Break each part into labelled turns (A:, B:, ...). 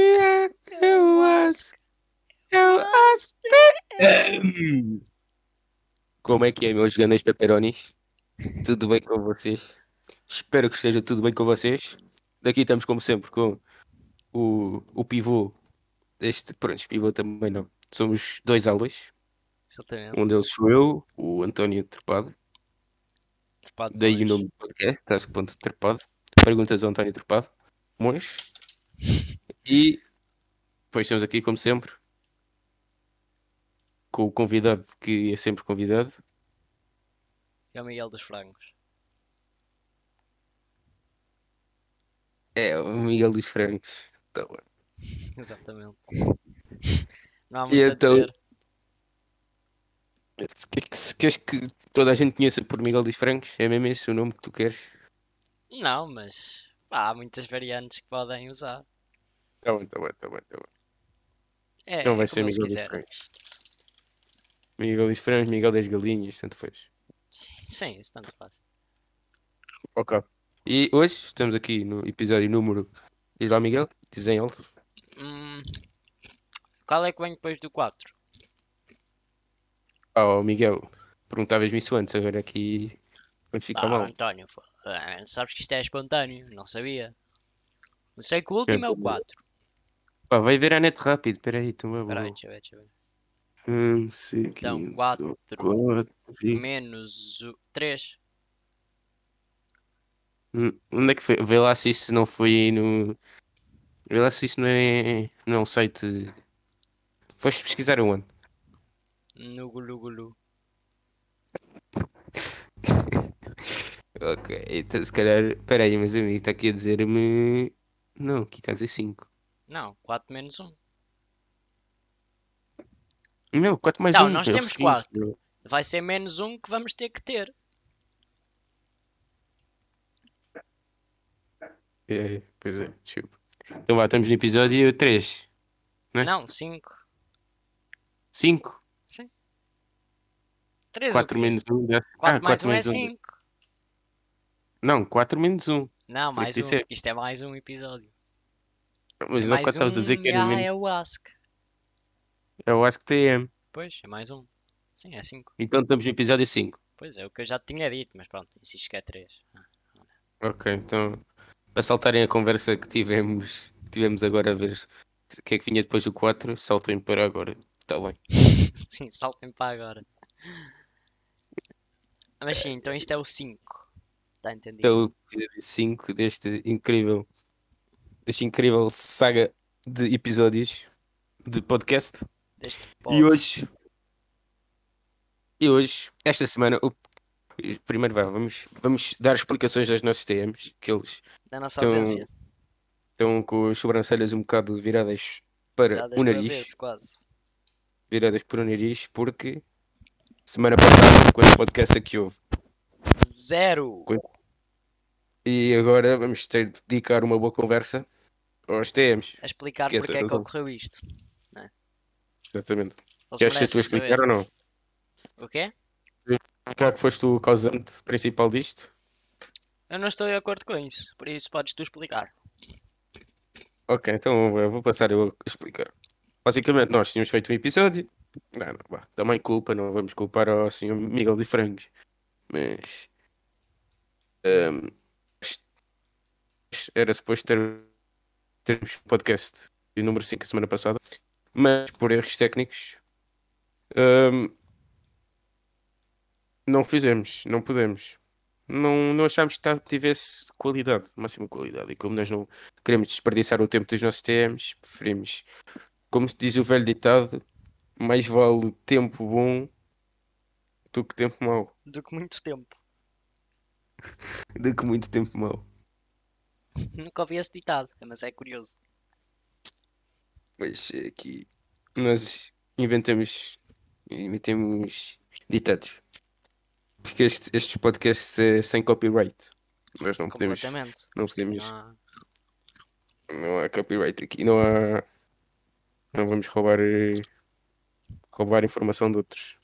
A: Como é que é, meus grandes peperonis? Tudo bem com vocês? Espero que esteja tudo bem com vocês. Daqui estamos, como sempre, com o, o pivô. Este, pronto, pivô também não. Somos dois aulas.
B: Exatamente.
A: Um deles sou eu, o António Trepado.
B: Trepado
A: Daí o
B: dois.
A: nome do podcast, Task ponto Trepado. Perguntas ao António Trepado. Mons. E depois temos aqui, como sempre, com o convidado que é sempre convidado.
B: É o Miguel dos Frangos.
A: É o Miguel dos Francos. Tá bom.
B: Exatamente. Não há muito
A: E
B: a
A: então-
B: dizer.
A: Queres que se- Queres que toda a gente conheça por Miguel dos Francos? É mesmo esse o nome que tu queres?
B: Não, mas pá, há muitas variantes que podem usar.
A: Tá bom, tá bom, tá bom, tá bom.
B: É,
A: Não Então vai
B: é
A: ser
B: como eles
A: Miguel dos
B: quiserem.
A: Francos. Miguel dos Francos, Miguel das Galinhas, tanto fez.
B: Sim, isso tanto faz.
A: Ok. E hoje estamos aqui no episódio número. Diz lá, Miguel? Diz em alto.
B: Hum, Qual é que vem depois do 4?
A: Ah, oh, Miguel, perguntavas-me isso antes, agora aqui. Vamos ficar mal.
B: Ah, António, fo- ah, sabes que isto é espontâneo, não sabia. Eu sei que o último é o
A: Sim.
B: 4.
A: Pá, vai ver a net rápido, peraí, tu é bom.
B: Espera aí, deixa eu ver, deixa eu ver.
A: Um, seguinte, um
B: Então, 4
A: quatro, cinco.
B: menos o 3.
A: Hum, Onde é que foi? Vê lá se isso não foi no. Vê lá se isso não é. Não é um site. Foste pesquisar um onde?
B: No gulu gulu.
A: Ok, então se calhar. Peraí, mas amigo, está aqui a dizer-me. Não, aqui está a dizer 5.
B: Não, 4 menos 1.
A: Não, 4 mais
B: Não,
A: 1.
B: nós temos quatro. Vai ser menos 1 que vamos ter que ter.
A: É, pois é, desculpa. Então vá, estamos no episódio 3. É?
B: Não, 5.
A: 5?
B: 3
A: 4 menos 1 dá. Ah,
B: 4 mais
A: 4
B: 1 é
A: menos 1.
B: 5.
A: Não, 4 menos 1. Foi o
B: Não,
A: que
B: mais um,
A: disse.
B: porque isto é mais um episódio.
A: Mas
B: É
A: não, quando
B: mais um,
A: estavas a dizer que era
B: ah,
A: menos.
B: é o Ask.
A: É o AskTM.
B: Pois, é mais um. Sim, é 5.
A: Então estamos no episódio 5.
B: Pois é, o que eu já te tinha dito, mas pronto, insisto que é 3.
A: Ok, então para saltarem a conversa que tivemos, que tivemos agora a ver se- o que é que vinha depois do 4, saltem para agora. Está bem.
B: Sim, saltem para agora. Mas sim, então isto é o 5. Está entendido?
A: Então, o episódio 5 deste incrível, deste incrível saga de episódios de podcast.
B: Deste
A: E
B: pod.
A: hoje, e hoje, esta semana, o- primeiro vá, vamos, vamos dar explicações aos nossos TMs, que eles
B: Da nossa
A: então,
B: ausência.
A: estão com as sobrancelhas um bocado viradas para
B: Dadas
A: o
B: do
A: nariz.
B: avesso, quase.
A: viradas por o nariz porque semana passada quando o podcast aqui houve
B: Zero!
A: Coi- e agora vamos ter de dedicar uma boa conversa aos TMs
B: A explicar
A: Esquece a
B: porque é que
A: razão.
B: ocorreu isto.
A: exatamente
B: Eles
A: queres ser tu a
B: merecem saber.
A: explicar ou não?
B: O quê?
A: claro que foste o causante principal disto
B: Eu não estou de acordo com isso, por isso podes tu explicar.
A: ok então eu vou passar eu a explicar basicamente nós tínhamos feito um episódio não, não, vá, também culpa não vamos culpar ao senhor Miguel de Frangos mas ehm, era suposto ter, termos um podcast de número 5 semana passada, mas por erros técnicos hum, não fizemos, não pudemos. Não, não achámos que ta- tivesse qualidade, máxima qualidade. E como nós não queremos desperdiçar o tempo dos nossos TMs, preferimos, como se diz o velho ditado, mais vale tempo bom do que tempo mau.
B: Do que muito tempo.
A: Do que muito tempo mau.
B: Nunca ouvi esse ditado, mas é curioso.
A: Pois é que nós inventamos, inventamos ditados. Porque este- estes podcasts é sem copyright. Nós não podemos,
B: Completamente.
A: não podemos,
B: Não há-
A: não há copyright aqui, não há, não vamos roubar eh, Roubar informação de outros.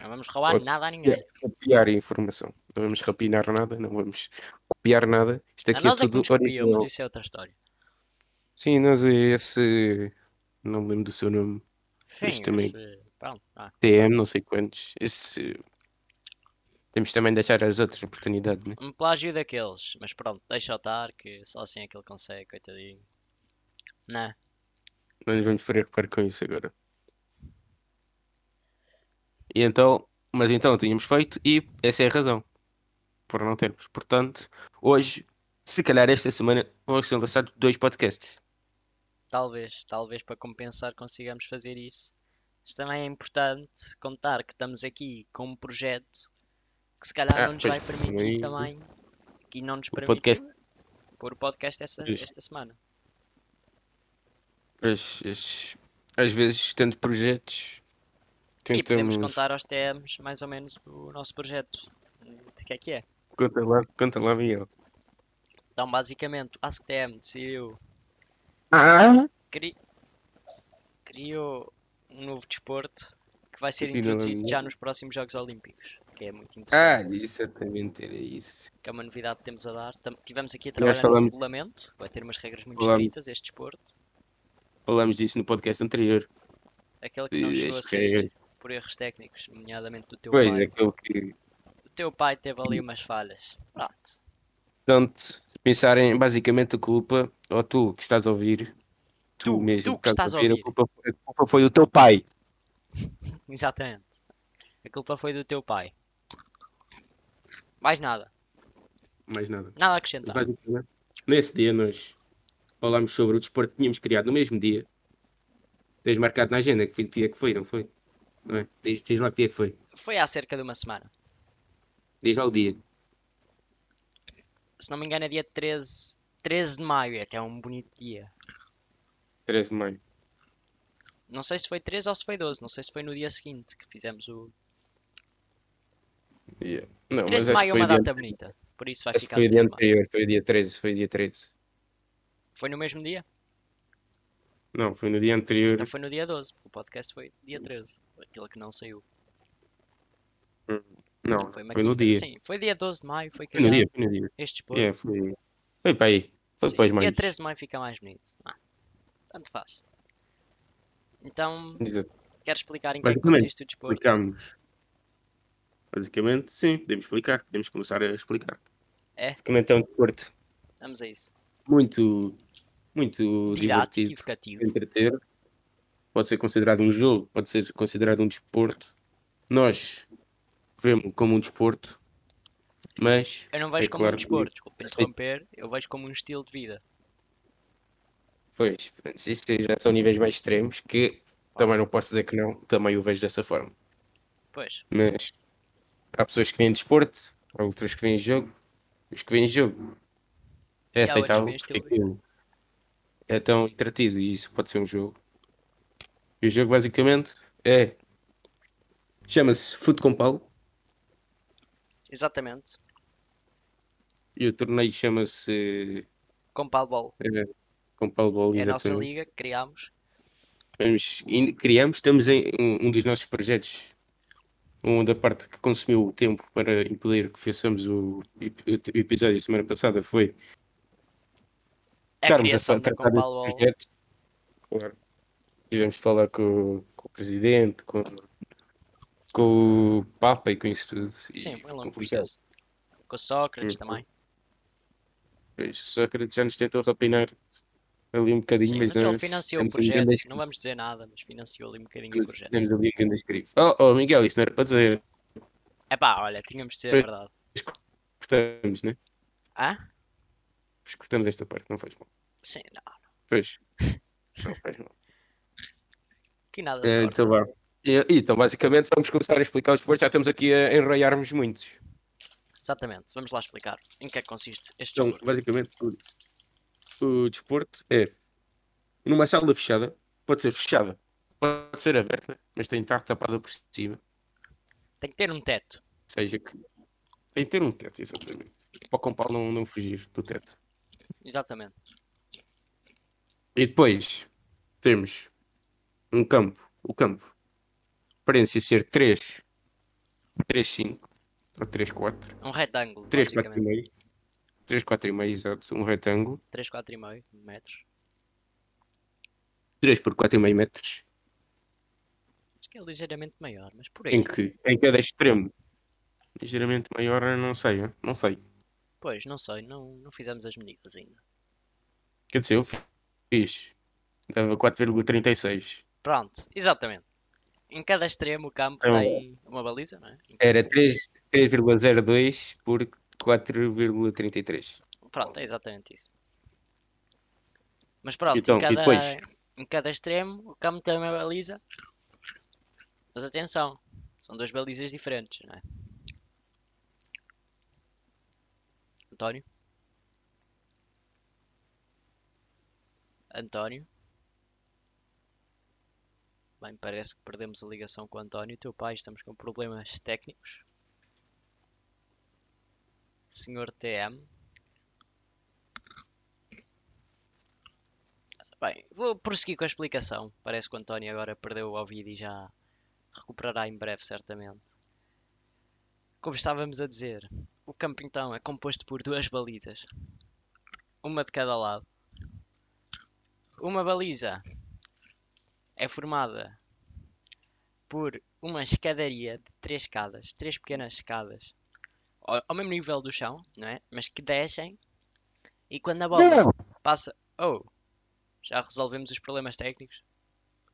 B: Não vamos roubar
A: Pode-
B: nada a ninguém.
A: Copiar informação. Não vamos rapinar nada, não vamos copiar nada. Isto
B: a
A: aqui é
B: nós é que
A: tudo
B: nos copiam,
A: original.
B: mas isso é outra história.
A: Sim, nós é esse. Não me lembro do seu nome.
B: Sim,
A: Isto também.
B: mas, eh, Pronto, ah,
A: TM, não sei quantos. Esse. Temos também de deixar as outras oportunidades, né?
B: um plágio daqueles. Mas pronto, deixa estar que só assim é que ele consegue, coitadinho. Né? Não,
A: Nós vamos preocupar com isso agora. E então, mas então tínhamos feito e essa é a razão por não termos. Portanto, hoje, se calhar esta semana, vão ser lançados dois podcasts.
B: talvez, talvez para compensar consigamos fazer isso. Mas também é importante contar que estamos aqui com um projeto que se calhar
A: Ah,
B: não nos
A: pois,
B: vai permitir
A: também-
B: também, que não nos
A: O
B: permitiu
A: podcast.
B: pôr o podcast essa,
A: Pois.
B: esta semana.
A: As- as- às vezes, tanto projetos,
B: E podemos
A: tentamos.
B: contar aos TMs mais ou menos o nosso projeto. De que é que é?
A: Conta lá, conta lá, Miguel.
B: Então, basicamente, o AskTM decidiu,
A: Ah,
B: cri- criou um novo desporto que vai ser
A: Aqui não é
B: introduzido já
A: nenhum.
B: nos próximos Jogos Olímpicos, que é muito
A: ah
B: interessante,
A: exatamente, era isso.
B: que é uma novidade que temos a dar. Tam- Tivemos aqui a
A: Aliás,
B: trabalhar no
A: falamos-
B: regulamento, vai ter umas regras muito
A: falamos-
B: estritas este desporto.
A: Falámos disso no podcast anterior.
B: Aquele que não
A: de-
B: chegou a
A: As
B: sair
A: regras.
B: por erros técnicos, nomeadamente do teu
A: é- Pois, é.
B: pai.
A: aquele que.
B: O teu pai teve ali umas falhas. Pronto.
A: Portanto, se pensarem basicamente a culpa, ou tu que estás a ouvir, tu,
B: Tu,
A: mesmo
B: tu que estás a ouvir.
A: A, culpa, a culpa foi o teu pai.
B: Exatamente. A culpa foi do teu pai. Mais nada.
A: Mais nada.
B: Nada a acrescentar.
A: Basicamente, Nesse dia nós falámos sobre o desporto que tínhamos criado no mesmo dia. Tens marcado na agenda que foi- que dia que foi, não foi? Não é? Diz, diz lá que dia que foi.
B: Foi há cerca de uma semana.
A: Diz lá o dia.
B: Se não me engano, é dia 13, 13 de maio. É até um bonito dia.
A: 13 de maio.
B: Não sei se foi 13 ou se foi 12. Não sei se foi no dia seguinte que fizemos o.
A: Não,
B: 13
A: mas
B: de
A: acho que foi
B: maio é uma
A: o dia,
B: data bonita. Por isso vai
A: acho que
B: ficar
A: foi o dia
B: 13 de maio.
A: anterior, foi o dia 13, foi o dia 13.
B: Foi no mesmo dia?
A: Não, foi no dia anterior.
B: Então foi no dia 12. porque O podcast foi dia 13. Aquilo que não saiu.
A: Não,
B: uma
A: foi no
B: quinta-
A: dia.
B: Sim, foi dia 12 de maio. Foi
A: Foi no
B: criado
A: dia, foi no dia.
B: este desporto.
A: É, foi. Foi para aí. Foi
B: Sim,
A: depois mais.
B: Dia 13 de maio fica mais bonito. Ah, tanto faz. Então,
A: Exato.
B: quero explicar em que é que
A: Basicamente,
B: consiste o desporto.
A: Explicamos. Basicamente, sim, podemos explicar, podemos começar a explicar.
B: É?
A: Basicamente é um desporto
B: Vamos a isso.
A: muito, muito
B: Didático,
A: divertido
B: educativo.
A: de entreter. Pode ser considerado um jogo, pode ser considerado um desporto. Nós vemos como um desporto, mas
B: Eu não vejo
A: É
B: como um
A: claro que-
B: desporto, desculpa
A: Aceito.
B: interromper, eu vejo como um estilo de vida.
A: pois, pronto, isso já são níveis mais extremos que também não posso dizer que não, também o vejo dessa forma.
B: Pois,
A: mas há pessoas que vêm de esporte, há outras que vêm de jogo, os que vêm de jogo. É
B: E há outros que
A: aceitável
B: vêm
A: porque
B: estilo
A: aquilo é tão entretido e isso pode ser um jogo. E o jogo basicamente é chama-se Fute com Pau
B: exatamente.
A: e o torneio chama-se
B: Com Palbol.
A: eh, com Pau Bowl,
B: É a nossa
A: exatamente.
B: liga que criámos.
A: Vamos- in- criamos, estamos em um, um dos nossos projetos, um da parte que consumiu o tempo para impedir que façamos o, ep- o episódio da semana passada foi
B: É a
A: estarmos
B: criação
A: fa-
B: da
A: tratar
B: Com
A: deste
B: Palbol.
A: projeto. Claro. Tivemos de falar com, o- com o presidente, com, com o Papa e com isso tudo. E
B: Sim, foi um longo
A: complicado.
B: processo. Com o Sócrates
A: Uhum.
B: também.
A: Pois, Só que já nos tentou rapinar ali um bocadinho,
B: Sim,
A: mas
B: mas ele
A: nós
B: financiou o
A: demos ali um grande
B: projeto.
A: escri-
B: Não vamos dizer nada, mas financiou ali um bocadinho o projeto.
A: demos ali um grande escrivo. Oh, oh, Miguel, isso não era para dizer.
B: É pá, olha, tínhamos de dizer a
A: Pois.
B: verdade.
A: Cortamos, né?
B: Ah?
A: Mas Cortamos esta parte, não faz mal.
B: Sim, não.
A: Pois. Não faz mal.
B: Que nada se
A: Eh,
B: corta.
A: Então, vá. E- Então, basicamente, vamos começar a explicar os desportos. Já estamos aqui a enraiarmos muitos.
B: Exatamente, vamos lá explicar em que é que consiste este
A: Então,
B: desporto.
A: basicamente, o, o desporto é numa sala fechada, pode ser fechada, pode ser aberta, mas tem de estar tapada por cima. Ou
B: Tem que ter um teto.
A: seja, que tem de ter um teto, exatamente. Para o compal não, não fugir do teto.
B: Exatamente.
A: E depois temos um campo. O campo referência ser 3, 3, 5 ou 3, 4.
B: Um retângulo,
A: 3, 4 e
B: basicamente.
A: meio. 3, 4 e meio, exato. Um retângulo.
B: 3, 4,5 metros.
A: 3 por 4 e meio metros.
B: Acho que é ligeiramente maior, mas por aí.
A: Em que em cada extremo. Ligeiramente maior, eu não sei, eu não sei.
B: Pois, não sei, não, não fizemos as medidas ainda.
A: Quer dizer, eu fiz. Dava 4,36.
B: Pronto, exatamente. Em cada extremo o campo
A: Então-
B: tem uma baliza, não é? Em cada
A: Era
B: extremo.
A: 3 3,02 por 4,33.
B: Pronto, é exatamente isso. Mas pronto,
A: Então,
B: em,
A: e
B: cada,
A: depois?
B: em cada extremo o campo tem uma baliza. Mas atenção, são duas balizas diferentes, não é? António? António? Bem, parece que perdemos a ligação com o António. Teu pai, estamos com problemas técnicos. Senhor TM. Bem, vou prosseguir com a explicação. Parece que o António agora perdeu o ouvido e já recuperará em breve, certamente. Como estávamos a dizer, o campo então é composto por duas balizas, uma de cada lado. Uma baliza é formada por uma escadaria de três escadas, três pequenas escadas, ao, ao mesmo nível do chão, não é? Mas que descem e quando a bola passa. Oh! Já resolvemos os problemas técnicos?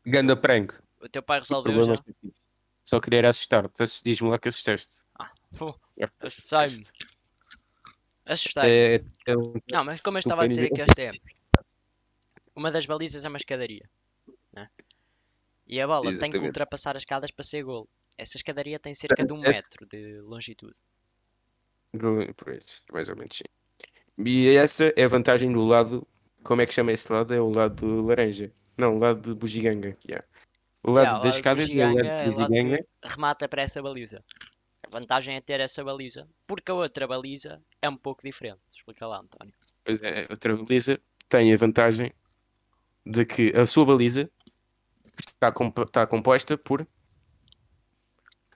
A: Ganda prank.
B: O teu pai resolveu já?
A: Problemas técnicos. Só queria era assustar-te. Assu- Diz-me lá que assustaste.
B: Ah, Pô,
A: É,
B: Assustei-me.
A: assustaste.
B: Assustei.
A: É, então,
B: Não, mas como
A: o
B: eu estava a dizer
A: pênis
B: aqui
A: é-
B: aos TM, uma das balizas é uma escadaria. né? E a bola tem que
A: Exatamente.
B: ultrapassar as escadas para ser golo. Essa escadaria tem cerca de um
A: Essa-
B: metro de longitude.
A: Pois, mais ou menos sim. E essa é a vantagem do lado. Como é que chama esse lado? É o lado laranja. Não, o lado de bugiganga. yeah. O lado
B: Yeah, o
A: da
B: lado de
A: escada é o
B: bugiganga é
A: lado de
B: o lado que-
A: bugiganga.
B: Remata para essa baliza. A vantagem é ter essa baliza, porque a outra baliza é um pouco diferente. Explica lá, António.
A: Pois é, outra baliza tem a vantagem de que a sua baliza está, comp- está composta por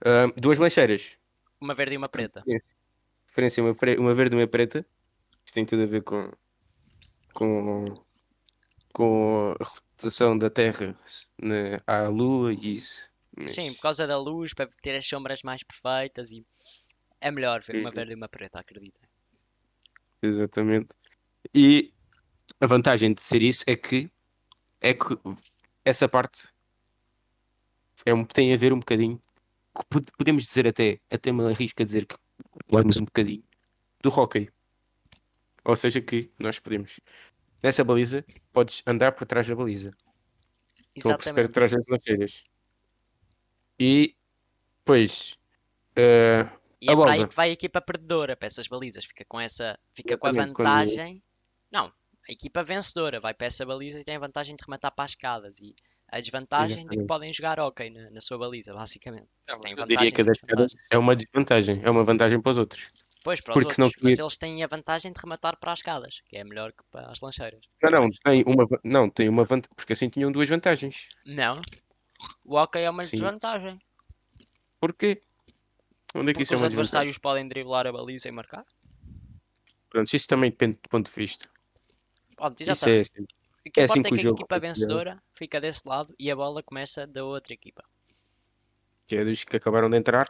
A: ah, duas lancheiras.
B: Uma verde e uma preta.
A: Referência uma, pre- uma verde e uma preta. Isso tem tudo a ver com, com, com a rotação da Terra na- à Lua e isso. Mas-
B: Sim, por causa da luz, para ter as sombras mais perfeitas e é melhor ver uma
A: Uhum.
B: verde e uma preta, acreditem.
A: Exatamente. E a vantagem de ser isso é que, é que essa parte é um, tem a ver um bocadinho, que pod- podemos dizer até, até me arrisco a dizer que vamos um bocadinho do hockey. Ou seja, que nós podemos, nessa baliza, podes andar por trás da baliza. Estão a perceber
B: Exatamente.
A: atrás das lancheiras. E, pois, eh,
B: E
A: A
B: é para aí
A: bola.
B: que vai a equipa perdedora para essas balizas. Fica com essa, fica com a
A: Exatamente, quando-
B: vantagem. Não, a equipa vencedora vai para essa baliza e tem a vantagem de rematar para as escadas. E a desvantagem de que
A: Exatamente. podem
B: podem jogar ok na, na sua baliza, basicamente. Se têm
A: eu diria
B: vantagens
A: que a
B: e
A: das escadas
B: desvantagens.
A: é uma desvantagem, é uma vantagem para os outros.
B: Pois, para os
A: porque senão
B: outros. Mas
A: que-
B: eles têm a vantagem de rematar para as escadas, que é melhor que para as lancheiras.
A: Não, não, tem uma, va- não, tem uma vantagem, porque assim tinham duas vantagens.
B: Não, o ok é uma
A: Sim.
B: desvantagem.
A: Porquê? Onde é que
B: Porque
A: isso é
B: os
A: uma desvantagem?
B: adversários podem driblar a baliza e marcar.
A: Pronto, isso também depende do ponto de vista.
B: Pronto,
A: Isso é
B: exatamente.
A: assim.
B: O que
A: é assim
B: importa
A: que o
B: é que a
A: jogo
B: equipa
A: funciona.
B: vencedora fica desse lado e a bola começa da outra equipa.
A: Que é dos que acabaram de entrar.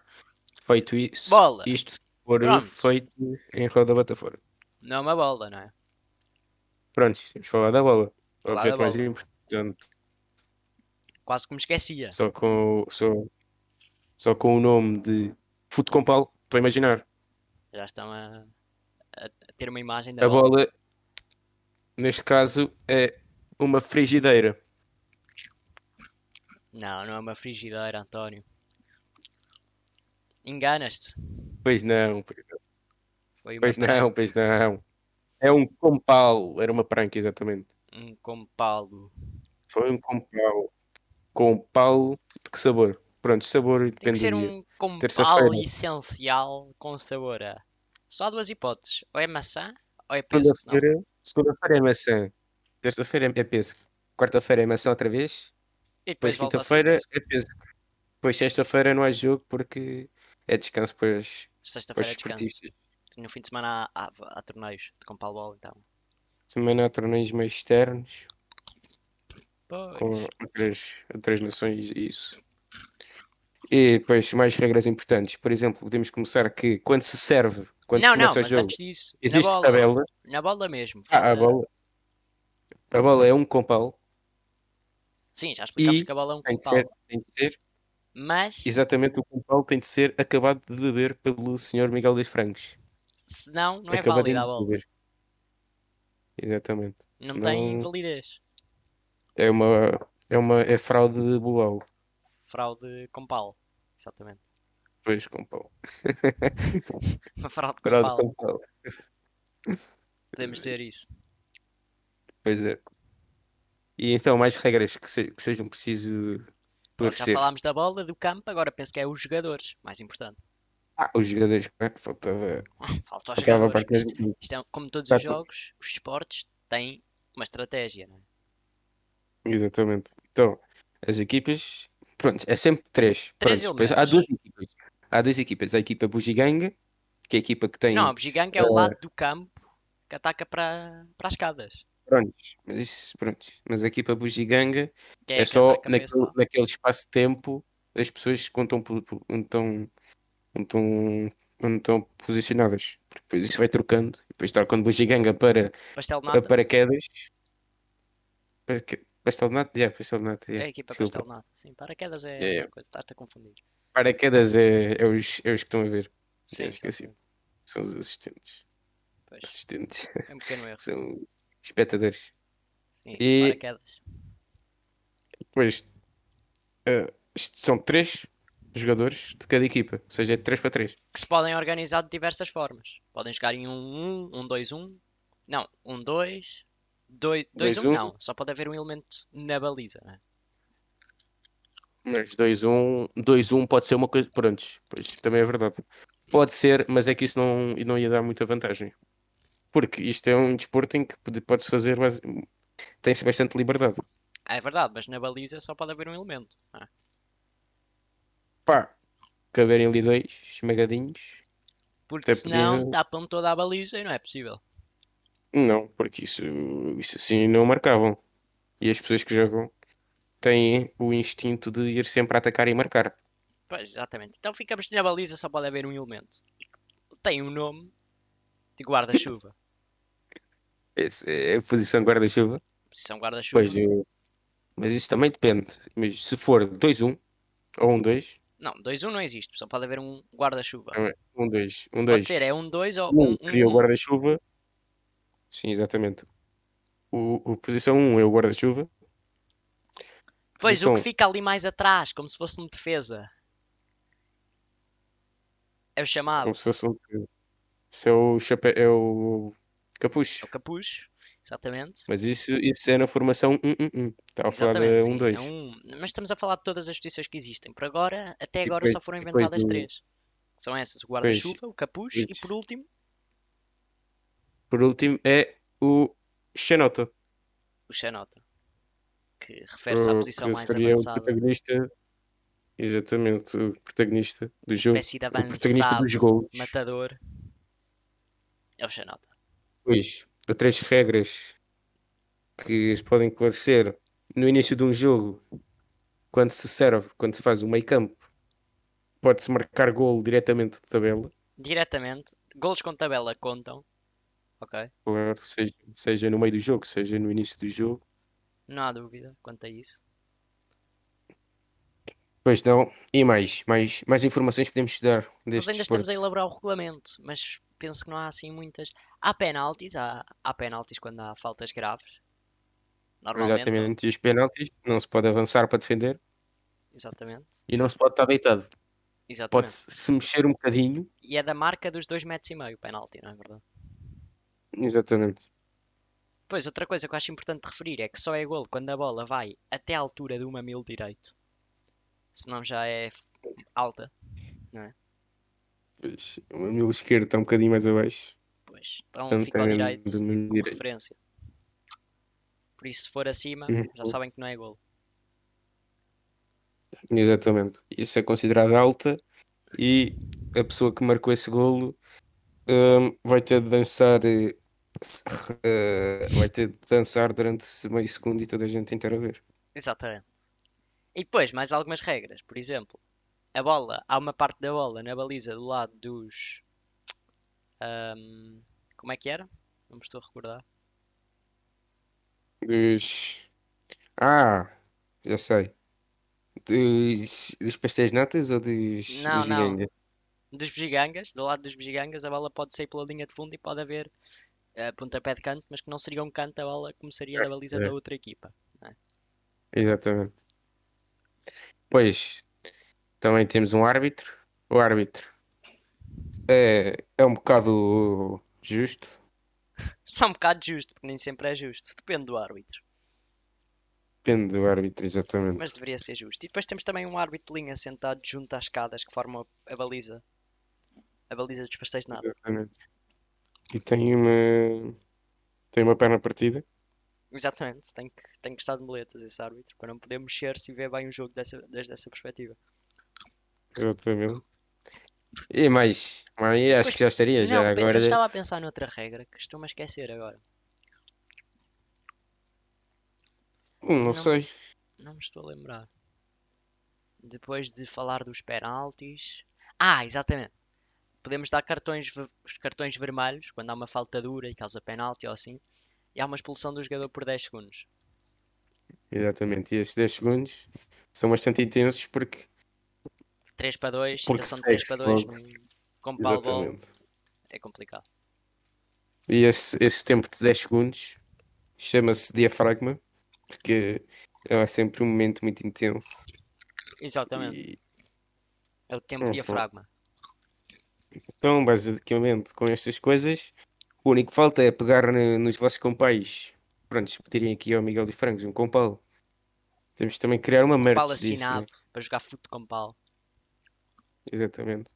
A: Feito isso,
B: Bola.
A: isto for
B: Pronto.
A: feito em roda bota fora.
B: Não é uma bola, não é?
A: Pronto, temos falado da bola. O
B: Falar
A: objeto
B: da
A: mais
B: bola.
A: importante.
B: Quase que me esquecia.
A: Só com, o- só, só com o nome de Fute com pau, estou a imaginar.
B: Já estão a, a- a ter uma imagem da
A: A
B: bola.
A: bola, neste caso, é uma frigideira.
B: Não, não é uma frigideira, António. Enganas-te.
A: Pois não, pois
B: Foi uma
A: Pois não,
B: prank,
A: pois não. É um compal, era uma pranca, exatamente.
B: um compalo.
A: Foi um compal. Compal de que sabor? Pronto, sabor
B: Tem
A: depende
B: que ser
A: do dia.
B: um compalo
A: Terça-feira.
B: essencial com sabor a. Só há duas hipóteses. Ou é maçã, ou é pêssego. senão-
A: Segunda-feira segunda-feira é maçã. Terça-feira é pêssego. Quarta-feira é maçã outra vez.
B: E
A: Depois
B: depois volta a ser
A: quinta-feira
B: pêssego.
A: é pêssego. Depois sexta-feira não há jogo porque é descanso para os, para os
B: Sexta-feira é descanso.
A: esportistas.
B: No fim de semana há, há- há torneios de compalball, então.
A: Também não há torneios mais externos com
B: Pois.
A: outras, outras nações e isso. E depois mais regras importantes. Por exemplo, podemos começar que quando se serve, quando
B: não,
A: se começa
B: não,
A: o
B: mas
A: jogo,
B: antes disso,
A: existe
B: na bola,
A: tabela.
B: na bola mesmo.
A: Ah, a
B: falta-
A: bola. A bola é um compal.
B: Sim, já explicámos
A: E
B: que a bola é um
A: Tem que
B: compal,
A: ser, tem que ser
B: mas
A: Exatamente, o compal tem de ser acabado de beber pelo senhor Miguel dos Francos.
B: se não, não é
A: acabado
B: válida
A: de
B: a bola.
A: beber. Exatamente.
B: Não
A: Senão
B: tem validez.
A: é uma é uma é fraude boal,
B: Fraude compal. Exatamente.
A: pois compal.
B: Uma fraude
A: Fraude
B: compal.
A: compal.
B: Podemos dizer isso.
A: Pois é. E então mais regras que, se- que sejam preciso
B: Pronto, já
A: esclarecer.
B: falámos da bola, do campo, agora penso que é os jogadores. Mais importante.
A: Ah, os jogadores, claro, faltava
B: Falta aos
A: faltava
B: jogadores.
A: para
B: Isto,
A: que-
B: isto é, como todos
A: Tá,
B: os
A: tá.
B: jogos, os esportes têm uma estratégia, não é?
A: Exatamente. Então, as equipas, pronto, é sempre três.
B: Três
A: Pronto, depois há
B: elementos.
A: duas equipas. Há duas equipas, a equipa bugiganga, que é a equipa que tem
B: Não, a bugiganga é o
A: eh,
B: lado do campo que ataca para, para as escadas.
A: Prontos, mas isso, prontos. Mas a equipa bugiganga
B: Que é,
A: é
B: a que
A: só
B: ataca para esse
A: naquele,
B: lado.
A: naquele espaço de tempo as pessoas que estão, po- po- onde estão, onde estão, onde estão posicionadas. Depois isso vai trocando. Depois trocam de bugiganga para
B: Pastel de
A: a
B: nata?
A: paraquedas. Para que... Pastel de nata? Yeah, pastel de nata,
B: É
A: yeah.
B: a equipa
A: Desculpa.
B: pastel de nata. Sim, paraquedas é
A: É, é.
B: outra coisa. Estás-te a confundir.
A: Paraquedas é, é, os, é os que estão a ver.
B: Sim,
A: Eu esqueci.
B: exatamente.
A: São os assistentes.
B: Pois,
A: Assistentes.
B: é um pequeno erro.
A: São espectadores.
B: Sim,
A: E-
B: os paraquedas.
A: Pois, eh, isto são três jogadores de cada equipa, ou seja, é 3 para 3.
B: que se podem organizar de diversas forformas. Podem jogar em 1-1, 1-2-1. Não, 1-2. 2-1
A: 2-1.
B: não, só pode haver um elemento na baliza, né?
A: Mas 2-1, 2-1 pode ser uma coisa. Prontos, pois também é verdade. Pode ser, mas é que isso não, não ia dar muita vantagem. Porque isto é um desporto em que pode- pode-se fazer. base- Tem-se bastante liberdade.
B: Ah, É verdade, mas na baliza só pode haver um elemento. né?
A: Pá, caberem ali dois esmagadinhos.
B: Porque
A: Até
B: senão
A: podia-
B: tapam toda a baliza e não é possível.
A: Não, porque isso, isso assim não marcavam. E as pessoas que jogam têm o instinto de ir sempre a atacar e marcar.
B: Pois, exatamente. Então ficamos na baliza só pode haver um elemento. E que Tem um nome de guarda-chuva.
A: Esse é a posição guarda-chuva.
B: Posição guarda-chuva.
A: Pois, eu- mas isso também depende. Mas se for 2-1 ou 1-2,
B: Não, 2-1 não existe, só pode haver um guarda-chuva.
A: Não, 1-2,
B: Pode
A: 1-2,
B: ser, é 1-2 ou
A: 1 seria o
B: 1-1-1.
A: guarda-chuva. Sim, exatamente. O, o posição 1 é o guarda-chuva.
B: Pois, o
A: Posição
B: que fica ali mais atrás, como se fosse um defesa. É o chamado,
A: como se fosse um. Isso é o chapéu, é o
B: é
A: capucho.
B: o capuz, exatamente.
A: Mas isso, isso é na formação 1-1-1. Estava a falar da
B: Exatamente, sim. É
A: 1-2.
B: um... Mas estamos a falar de todas as posições que existem. Por agora, até
A: E
B: agora
A: depois-
B: só foram
A: depois
B: inventadas
A: do-
B: três. Que São essas, o guarda-chuva, o capuz e
A: pois.
B: por último,
A: Por último é o Xenota,
B: o xanota. Que refere-se à posição
A: que
B: mais
A: seria o tipo
B: avançada.
A: protagonista. Exatamente, o protagonista do jogo.
B: Espécie de
A: O protagonista
B: avançado,
A: dos gols.
B: matador. É o xanota.
A: Pois, há três regras que se podem esclarecer no início de um jogo, quando se serve, quando se faz o meio campo, pode-se marcar golo diretamente de tabela,
B: Diretamente, golos com tabela contam. Ok,
A: claro, seja, seja no meio do jogo, seja no início do jogo.
B: não há dúvida quanto a isso.
A: Pois não, e mais, mais, mais informações podemos dar
B: Nós
A: deste
B: ainda estamos
A: desporto.
B: a elaborar o regulamento, mas penso que não há assim muitas. Há penaltis, há, há penaltis quando há faltas graves. Normalmente,
A: Exatamente, e os penaltis, não se pode avançar para defender
B: exatamente.
A: e não se pode estar deitado.
B: Exatamente.
A: Pode-se se mexer um bocadinho.
B: E é da marca dos 2,5 metros e meio o penalti, não é verdade?
A: Exatamente.
B: Pois, outra coisa que eu acho importante referir é que só é golo quando a bola vai até à altura do mamilo direito. Senão já é f- alta,
A: Pois, o mamilo esquerdo está um bocadinho mais abaixo.
B: pois. Então
A: Não
B: fica ao
A: tem
B: direito
A: do
B: como
A: mamilo direito.
B: referência. Por isso, se for acima,
A: Uhum.
B: já sabem que não é golo.
A: Exatamente. Isso é considerado alta e a pessoa que marcou esse golo hum, vai ter de dançar eh, se- eh, vai ter de dançar durante meio segundo e toda a gente inteira a ver.
B: Exatamente. E depois, mais algumas regras. Por exemplo, a bola, há uma parte da bola na baliza do lado dos. ahm, como é que era? Não me estou a recordar.
A: Dos... Ah, já sei. Dos, dos pastéis natas ou dos
B: Não, não.
A: giganga?
B: Dos bugigangas, do lado dos bugigangas, a bola pode sair pela linha de fundo e pode haver eh, pontapé de canto, mas que não seria um canto, a bola começaria da baliza da
A: É,
B: outra equipa. não é?
A: exatamente. Pois, também temos um árbitro. O árbitro é, é um bocado justo.
B: Só um bocado justo, porque nem sempre é justo. Depende do árbitro.
A: Depende do árbitro, exatamente.
B: Mas deveria ser justo. E depois temos também um árbitro de linha sentado junto às escadas que formam a baliza, a baliza dos pastéis de nata.
A: Exatamente. E tem uma, tem uma perna partida.
B: Exatamente, tem que, tem que estar de muletas esse árbitro, para não poder mexer se vê bem o jogo dessa, desde essa perspectiva.
A: Exatamente. E mais, mais, acho
B: Depois,
A: que já estaria,
B: não,
A: já
B: pe- eu
A: agora.
B: estava a pensar noutra regra que estou-me a esquecer agora.
A: Hum, não
B: Não, me-
A: sei.
B: não me estou a lembrar. Depois de falar dos penaltis. Ah, exatamente. Podemos dar cartões, ver- os cartões vermelhos quando há uma falta dura e causa penalti ou assim. E há uma expulsão do jogador por 10 segundos.
A: Exatamente. E estes 10 segundos são bastante intensos porque,
B: 3 para 2,
A: porque
B: situação de 3 para
A: segue-se
B: 2
A: logo.
B: num, com pau ball
A: Exatamente.
B: é complicado.
A: E esse, esse tempo de 10 segundos chama-se diafragma, porque é sempre um momento muito intenso.
B: Exatamente.
A: E
B: É o tempo
A: hum, pronto.
B: diafragma.
A: Então, basicamente, com estas coisas, o único que falta é pegar no- nos vossos compais. Prontos, pedirem aqui ao Miguel de Frangos um compal. Temos também que criar uma
B: Com pau
A: merch disso, né?
B: assinado para jogar fute com pau.
A: Exatamente.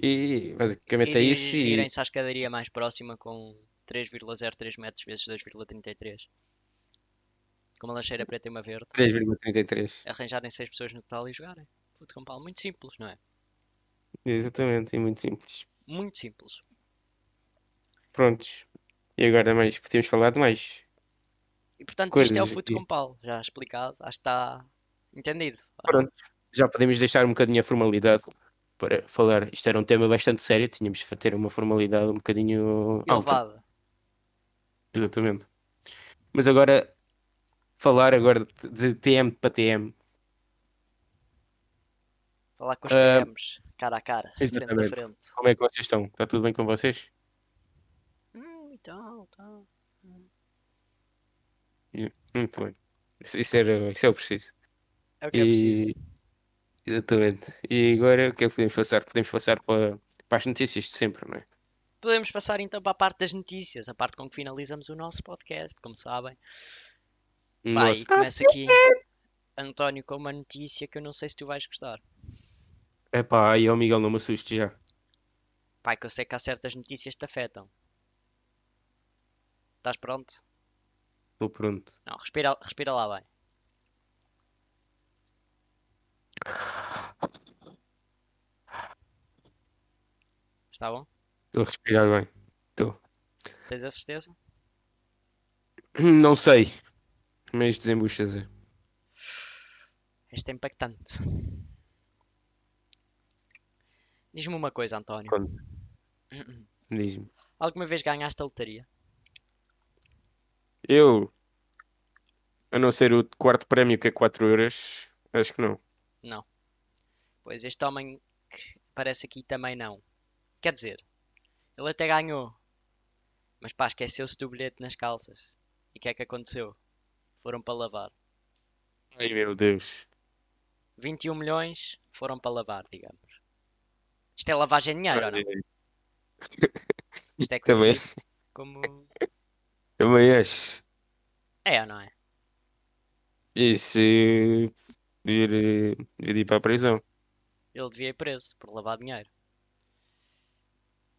A: E
B: E
A: basicamente é isso. E
B: dirigirem-se à escadaria mais próxima com 3,03 metros vezes 2,33. Com uma lancheira preta e uma verde.
A: 3,33.
B: Arranjarem 6 pessoas no total e jogarem. Fute com pau. Muito simples, não é?
A: Exatamente, é muito simples.
B: Muito simples.
A: Prontos. E agora mais, podemos falar de mais
B: E portanto, isto é o
A: coisas
B: fute com
A: aqui.
B: pau. Já explicado. Acho que está entendido. ou não?
A: Pronto. Já podemos deixar um bocadinho a formalidade para falar. Isto era um tema bastante sério, tínhamos de ter uma formalidade um bocadinho alta.
B: Elevado.
A: Exatamente. Mas agora, falar agora de de TM para TM.
B: Falar com os
A: Ah,
B: TMs. Cara a cara. Frente a
A: exatamente.
B: frente.
A: Como é que vocês estão? Está tudo bem com vocês?
B: Hum, então, então. hum.
A: Yeah. Muito bem. Isso, isso era, isso é o preciso.
B: É o que é preciso.
A: E, exatamente. E agora, o que é que podemos passar? Podemos passar para, para as notícias de sempre, não é?
B: Podemos passar então para a parte das notícias, a parte com que finalizamos o nosso podcast, como sabem. Pá,
A: Nossa.
B: e
A: Ah,
B: começa
A: sim.
B: aqui, António, com uma notícia que eu não sei se tu vais gostar.
A: Epá, aí, ó Miguel, não me assuste já.
B: Pá, que eu sei que há certas notícias que te afetam. Estás pronto?
A: Estou pronto.
B: Não, respira, respira lá bem. Está bom?
A: Estou a respirar bem. Estou.
B: Tens a certeza?
A: Não sei, mas desembuchas. é.
B: Isto é impactante. Diz-me uma coisa, António.
A: Conta. Diz-me.
B: Alguma vez ganhaste a lotaria?
A: Eu, a não ser o quarto prémio que é 4 euros, acho que não.
B: Não. Pois este homem que aparece aqui também não. Quer dizer, ele até ganhou, mas pá, esqueceu-se do bilhete nas calças. E o que é que aconteceu? Foram para lavar.
A: Ai meu Deus.
B: 21 milhões foram para lavar, digamos. Isto é lavagem de dinheiro ou não?
A: Ai,
B: Isto é
A: Também,
B: conhecido como.
A: também acho.
B: É ou não é?
A: E se vir, eh, vir ir para a prisão?
B: Ele devia ir preso por lavar dinheiro.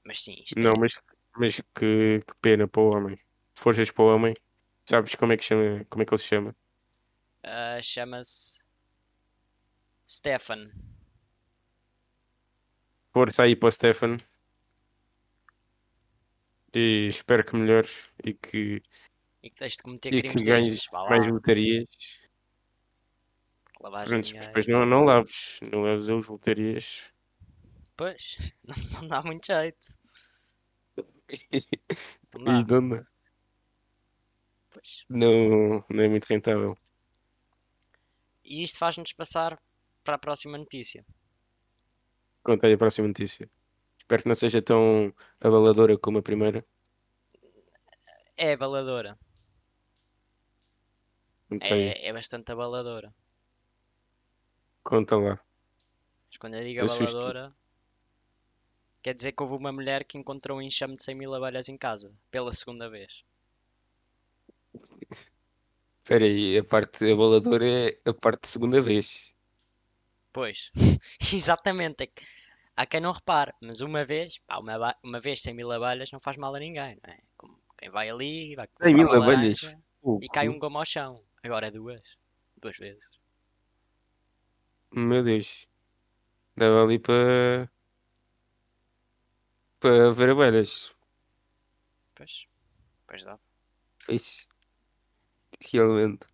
B: Mas sim, isto
A: Não,
B: é.
A: mas, mas que, que pena para o homem. Forças para o homem. Sabes como é que chama, como é que ele se chama?
B: ah, Chama-se. Stefan.
A: Força aí para o Stefan. E espero que melhores e que,
B: E que tens de cometer
A: e que
B: crimes
A: ganhes
B: destes. Vá lá,
A: mais lotarias. Pronto,
B: lavagem de
A: mas
B: dinheiro.
A: depois não, não laves. Não laves as lotarias.
B: Pois, não, não dá muito jeito. Não dá,
A: E não, dá.
B: pois.
A: não, não é muito rentável.
B: E isto faz-nos passar para a próxima notícia.
A: Conta aí a próxima notícia. Espero que não seja tão abaladora como a primeira.
B: É abaladora.
A: Conta, aí.
B: É, é bastante abaladora.
A: Conta lá.
B: Mas quando eu digo
A: Assusta-me.
B: abaladora, quer dizer que houve uma mulher que encontrou um enxame de 100 mil abelhas em casa, pela segunda vez.
A: Espera aí, a parte abaladora é a parte de segunda vez.
B: Pois, exatamente. É que há quem não repare, mas uma vez, pá, uma, aba- uma vez 100 mil abelhas não faz mal a ninguém, não é? Como quem vai ali, vai
A: 100 mil
B: comprar uma
A: abelhas.
B: laranja
A: Fogo.
B: e cai um gomo ao chão. Agora é duas. Duas vezes. um
A: Meu Deus. Dava ali para. para ver abelhas.
B: Pois, pois dá.
A: Fixe. Realmente.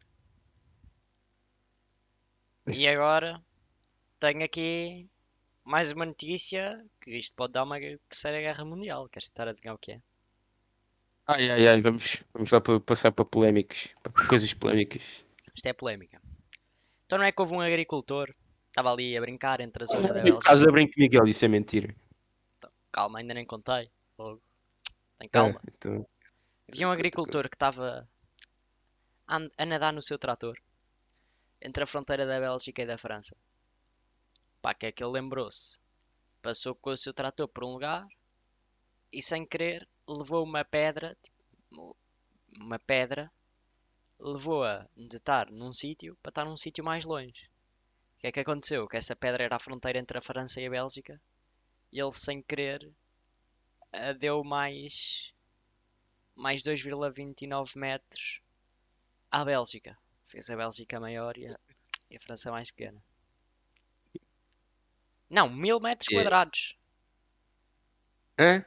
B: E agora tenho aqui mais uma notícia que isto pode dar uma gue- terceira guerra mundial. Queres tentar adivinhar o que é?
A: Ai, ai, ai, vamos, vamos lá para passar para polémicas. Para coisas polémicas.
B: Isto é polémica. Então não é que houve um agricultor, estava ali a brincar entre as zonas da Bélgica.
A: Casa Branco Miguel, isso é mentira.
B: Calma, ainda nem contei. Fogo. Tem
A: Ah,
B: calma.
A: então,
B: Havia um agricultor que estava a an- a nadar no seu trator entre a fronteira da Bélgica e da França. Pá, que é que ele lembrou-se? Passou com o seu trator por um lugar e, sem querer, levou uma pedra, tipo, uma pedra, levou-a de estar num sítio para estar num sítio mais longe. O que é que aconteceu? Que essa pedra era a fronteira entre a França e a Bélgica e ele, sem querer, a deu mais mais 2,29 metros à Bélgica. Fez a Bélgica maior e a, e a França mais pequena. Não, mil metros
A: É.
B: quadrados.
A: Hã?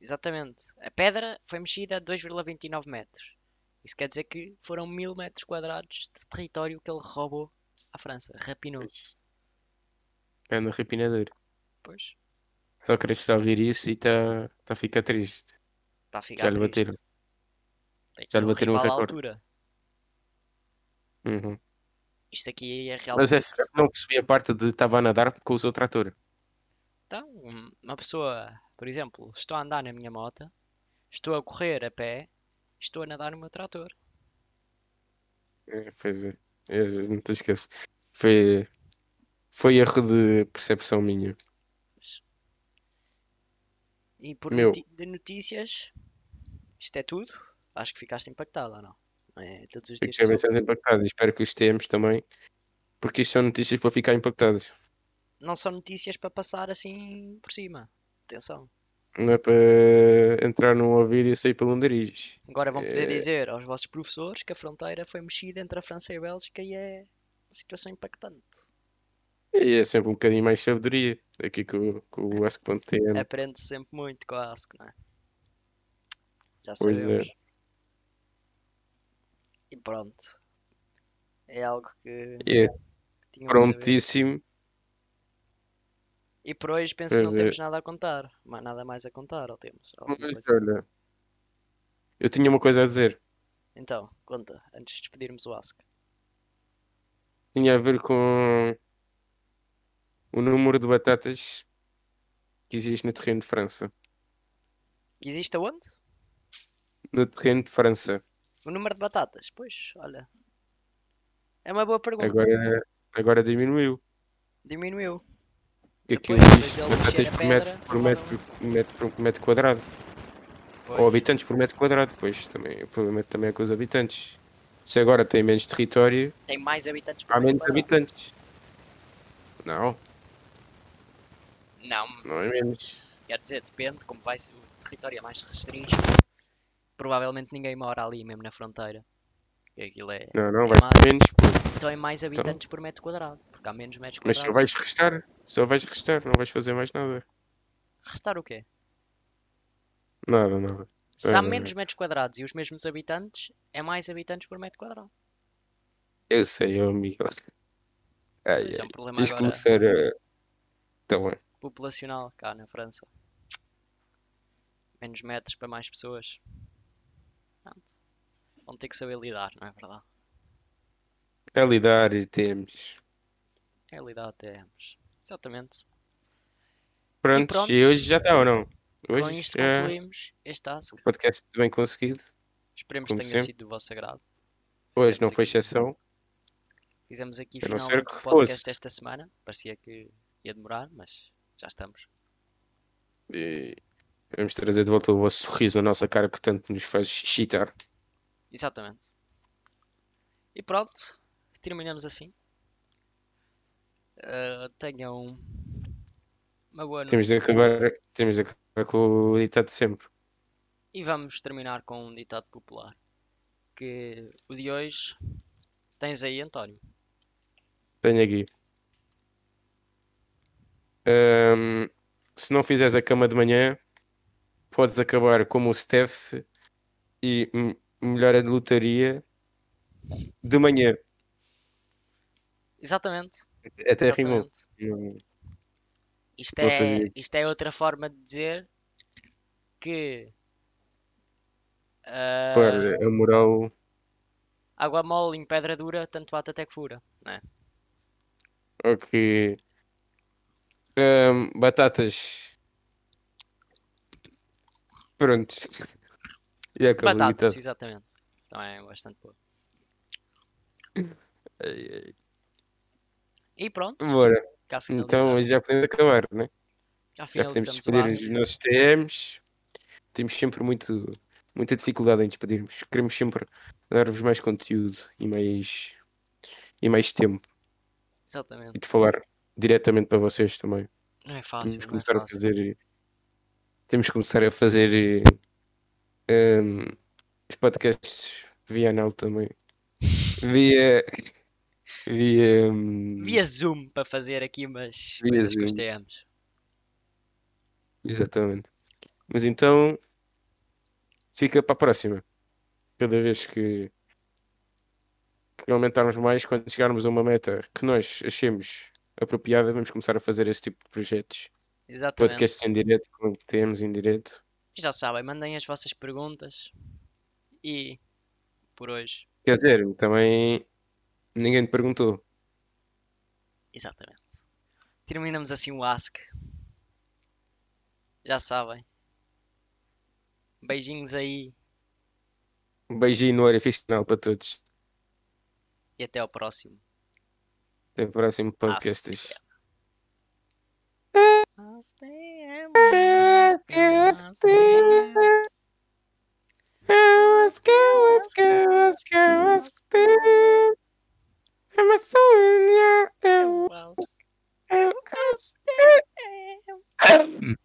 B: Exatamente. A pedra foi mexida a 2,29 metros. Isso quer dizer que foram mil metros quadrados de território que ele roubou à França. Rapinou.
A: É no rapinador.
B: Pois,
A: Só queres só ouvir isso e está tá a ficar triste.
B: está tá a ficar
A: Já lhe
B: triste.
A: bateram.
B: Tem que
A: Já
B: ter
A: lhe
B: um
A: bateram o
B: rival à
A: recorde.
B: altura.
A: Uhum.
B: Isto aqui é
A: Mas
B: realmente...
A: é certo, não percebi a parte de estava a nadar com o seu trator.
B: Então, um- uma pessoa, por exemplo, estou a andar na minha moto, estou a correr a pé, estou a nadar no meu trator.
A: É, pois é. É, não te esqueço. Foi, foi erro de percepção minha.
B: E por
A: Meu.
B: noti- de notícias, isto é tudo. Acho que ficaste impactado ou não? Não É, todos os dias que
A: Fiquei
B: soube.
A: bastante impactado. e Espero que os TMs também. Porque isto são notícias para ficar impactados.
B: Não são notícias para passar assim por cima. Atenção.
A: Não é para entrar num ouvido e sair pelo nariz.
B: Agora vão poder
A: É.
B: dizer aos vossos professores que a fronteira foi mexida entre a França e a Bélgica e é uma situação impactante.
A: E é sempre um bocadinho mais sabedoria. Aqui com, com
B: É.
A: o Ask.tm.
B: Aprende se sempre muito com a ASC, não é? Já
A: Pois é.
B: sabemos. E pronto. É algo que
A: É
B: tinham de saber.
A: prontíssimo.
B: E por hoje penso
A: Pois
B: que não
A: é.
B: temos nada a contar. Mas nada mais a contar, ou temos? Alguma
A: Mas
B: coisa?
A: olha, eu tinha uma coisa a dizer. é.
B: Então, conta, antes de despedirmos o ASC.
A: Tinha a ver com o número de batatas que existe no terreno de França.
B: Que existe aonde?
A: No terreno de França.
B: O número de batatas? Pois, olha. É uma boa pergunta.
A: Agora, agora diminuiu.
B: Diminuiu.
A: Que aquilo
B: Depois, depois
A: diz
B: dele
A: batatas
B: mexer a
A: por metro,
B: pedra,
A: por, metro, metro, por metro quadrado.
B: Pois.
A: Ou habitantes por metro quadrado. Pois também, o problema também é com os habitantes. Se agora tem menos território,
B: Tem mais habitantes por
A: há
B: metro
A: menos
B: quadrado.
A: habitantes. Não,
B: Não,
A: não é menos.
B: Quer dizer, depende, como vai ser o território é mais restringido, provavelmente ninguém mora ali mesmo na fronteira. Porque Aquilo é.
A: Não, não,
B: É
A: vai
B: mais.
A: ser menos. pô.
B: Então é mais habitantes por metro quadrado. Porque Porque há menos metros
A: Então- Mas
B: quadrados.
A: só vais restar, só vais restar, não vais fazer mais nada.
B: Restar o quê?
A: Nada, nada.
B: Se há
A: Eh,
B: menos metros quadrados e os mesmos habitantes, é mais habitantes por metro quadrado.
A: Eu sei, eu amigo. Ai,
B: Isso é
A: ai.
B: um problema
A: Tens de
B: agora
A: começar a. Tá bem.
B: populacional cá na França. Menos metros para mais pessoas. Pronto. Vão ter que saber lidar, não é verdade?
A: A lidar e temos.
B: É lidar até ambos. Exatamente.
A: Prontos,
B: pronto.
A: e hoje já está ou não?
B: Com
A: Hoje
B: isto
A: já
B: concluímos este task.
A: podcast bem conseguido.
B: Esperemos que
A: como
B: tenha
A: sempre.
B: sido do vosso agrado.
A: Hoje
B: Fizemos
A: não foi
B: aqui.
A: exceção.
B: Fizemos aqui
A: Eu não sei o
B: finalmente
A: que
B: o podcast
A: fosse.
B: esta semana. Parecia que ia demorar, mas já estamos.
A: E vamos trazer de volta o vosso sorriso, a nossa cara que tanto nos faz chitar.
B: Exatamente. E pronto, terminamos assim. Ah, tenham uma boa noite.
A: Temos de acabar, temos de acabar com o ditado de sempre.
B: E vamos terminar com um ditado popular. Que o de hoje tens aí, António.
A: Tenho aqui. Ahm, se não fizeres a cama de manhã, podes acabar como o Steph e m- melhor a de lotaria de manhã.
B: Exatamente.
A: Até rimou.
B: exatamente.
A: Não-
B: Isto
A: Não
B: é,
A: sabia.
B: isto é outra forma de dizer que ah,
A: Claro, a moral.
B: água mole em pedra dura, tanto bate até que fura.
A: Ok. Ahm, batatas. Pronto. E acabou tá. o
B: Batatas,
A: ditado.
B: exatamente. Então é bastante boa.
A: Ai,
B: E pronto,
A: ai. Bora.
B: cá
A: Então
B: finalizamos.
A: já podemos acabar, né?
B: Já
A: Já podemos
B: finalizamos o
A: despedir
B: aço.
A: os nossos TMs. Temos sempre muito, muita dificuldade em despedirmos. Queremos sempre dar-vos mais conteúdo e mais, e mais tempo.
B: Exatamente.
A: E de falar diretamente para vocês também.
B: Não é
A: Temos
B: fácil,
A: que
B: não é
A: começar a
B: fácil.
A: fazer. Temos que começar a fazer eh, ehm, os podcasts via anal também. Via. Via. hum,
B: Via Zoom para fazer aqui umas
A: Via
B: coisas com os
A: Zoom.
B: TMs.
A: Exatamente. Mas então. Fica para a próxima. Cada vez que. que aumentarmos mais, quando chegarmos a uma meta que nós achemos apropriada, vamos começar a fazer esse tipo de projetos.
B: Exatamente.
A: Podcasts em direto, com TMs em direto.
B: Já sabem, mandem as vossas perguntas. E por hoje,
A: Quer dizer, também ninguém te perguntou.
B: exatamente. Terminamos assim o Ask. Já sabem. Beijinhos aí
A: Um beijinho no orifício final para todos.
B: e até ao próximo.
A: Até o próximo podcast.
B: Ask TM, ask TM, ask TM.
A: Let's go, let's go, let's go, let's go. I'm a soul in your-
B: Ask TM.